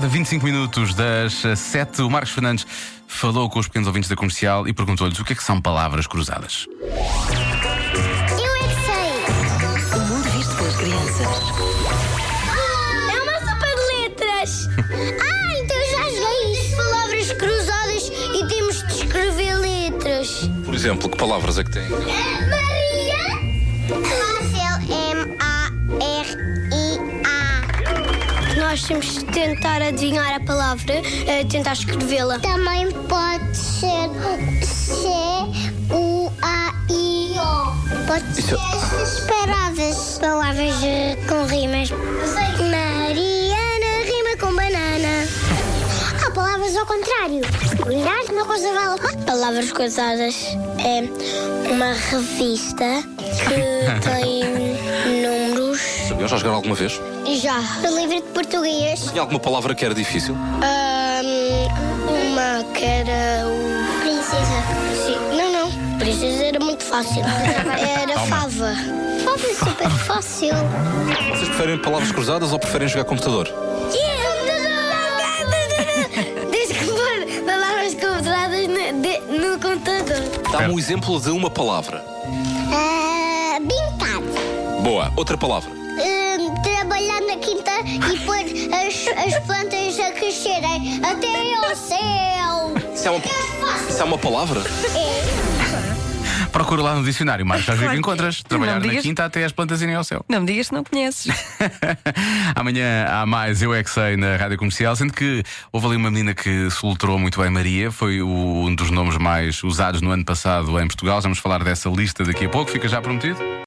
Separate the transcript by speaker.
Speaker 1: de 25 minutos das 7, o Marcos Fernandes falou com os pequenos ouvintes da comercial e perguntou-lhes o que é que são palavras cruzadas.
Speaker 2: Eu é que sei!
Speaker 3: O mundo visto pelas crianças.
Speaker 2: É uma sopa de letras! ah, então eu já joguei isso! Palavras cruzadas e temos de escrever letras.
Speaker 4: Por exemplo, que palavras é que tem?
Speaker 2: Maria! Fácil, M-A-R-I-A. Nós temos de tentar adivinhar a palavra, eh, tentar escrevê-la. Também pode ser C-U-A-I-O. Pode
Speaker 4: Isso-
Speaker 2: essas palavras. Palavras eh, com rimas. Mariana rima com banana. Há palavras ao contrário. Olhar uma coisa vale. Palavras cruzadas é uma revista que tem números.
Speaker 4: Sabiam já jogaram alguma vez?
Speaker 2: Já. O livro de português.
Speaker 4: Tinha alguma palavra que era difícil?
Speaker 2: uma que era o. Princesa. Sim. Não, não. Princesa era muito fácil. Era fava. Fava é super fácil.
Speaker 4: Vocês preferem palavras cruzadas ou preferem jogar computador?
Speaker 2: Desde que for palavras cruzadas no, no computador.
Speaker 4: Dá-me um exemplo de uma palavra.
Speaker 2: Ah, brincar.
Speaker 4: Boa. Outra palavra.
Speaker 2: Hum, trabalhar na quinta e pôr as, as plantas a crescerem até ao céu.
Speaker 4: Isso é uma, isso é uma palavra?
Speaker 1: Procura lá no dicionário, Marcos, às vezes
Speaker 5: Claro. é.
Speaker 1: encontras.
Speaker 5: Não
Speaker 1: Trabalhar
Speaker 5: me
Speaker 1: na
Speaker 5: digas.
Speaker 1: quinta até as plantas irem ao céu.
Speaker 5: Não me digas que não conheces.
Speaker 1: Amanhã há mais Eu É Que Sei na Rádio Comercial, sendo que houve ali uma menina que soletrou muito bem Maria, foi o- um dos nomes mais usados no ano passado em Portugal. Já Vamos falar dessa lista daqui a pouco, fica já prometido.